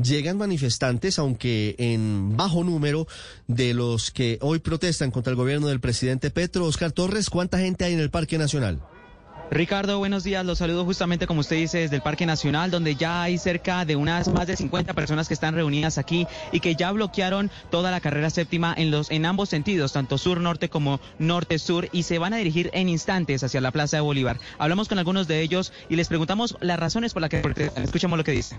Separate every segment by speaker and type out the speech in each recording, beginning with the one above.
Speaker 1: Llegan manifestantes, aunque en bajo número, de los que hoy protestan contra el gobierno del presidente Petro. Oscar Torres, ¿cuánta gente hay en el Parque Nacional?
Speaker 2: Ricardo, buenos días. Los saludo justamente, como usted dice, desde el Parque Nacional, donde ya hay cerca de unas más de 50 personas que están reunidas aquí y que ya bloquearon toda la carrera séptima en, los, en ambos sentidos, tanto sur-norte como norte-sur, y se van a dirigir en instantes hacia la Plaza de Bolívar. Hablamos con algunos de ellos y les preguntamos las razones por las que protestan. Escuchemos lo que dice.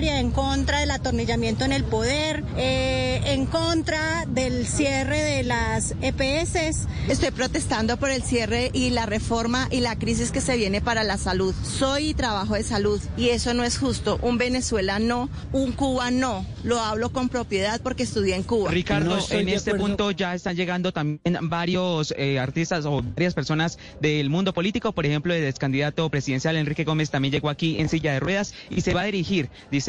Speaker 3: en contra del atornillamiento en el poder, eh, en contra del cierre de las E EPS.
Speaker 4: Estoy protestando por el cierre y la reforma y la crisis que se viene para la salud. Soy y trabajo de salud y eso no es justo. Un Venezuela no, un Cuba no. Lo hablo con propiedad porque estudié en Cuba.
Speaker 2: Ricardo,
Speaker 4: No estoy
Speaker 2: en
Speaker 4: de
Speaker 2: este
Speaker 4: acuerdo.
Speaker 2: punto ya están llegando también varios eh, artistas o varias personas del mundo político. Por ejemplo, el excandidato presidencial Enrique Gómez también llegó aquí en silla de ruedas y se va a dirigir, dice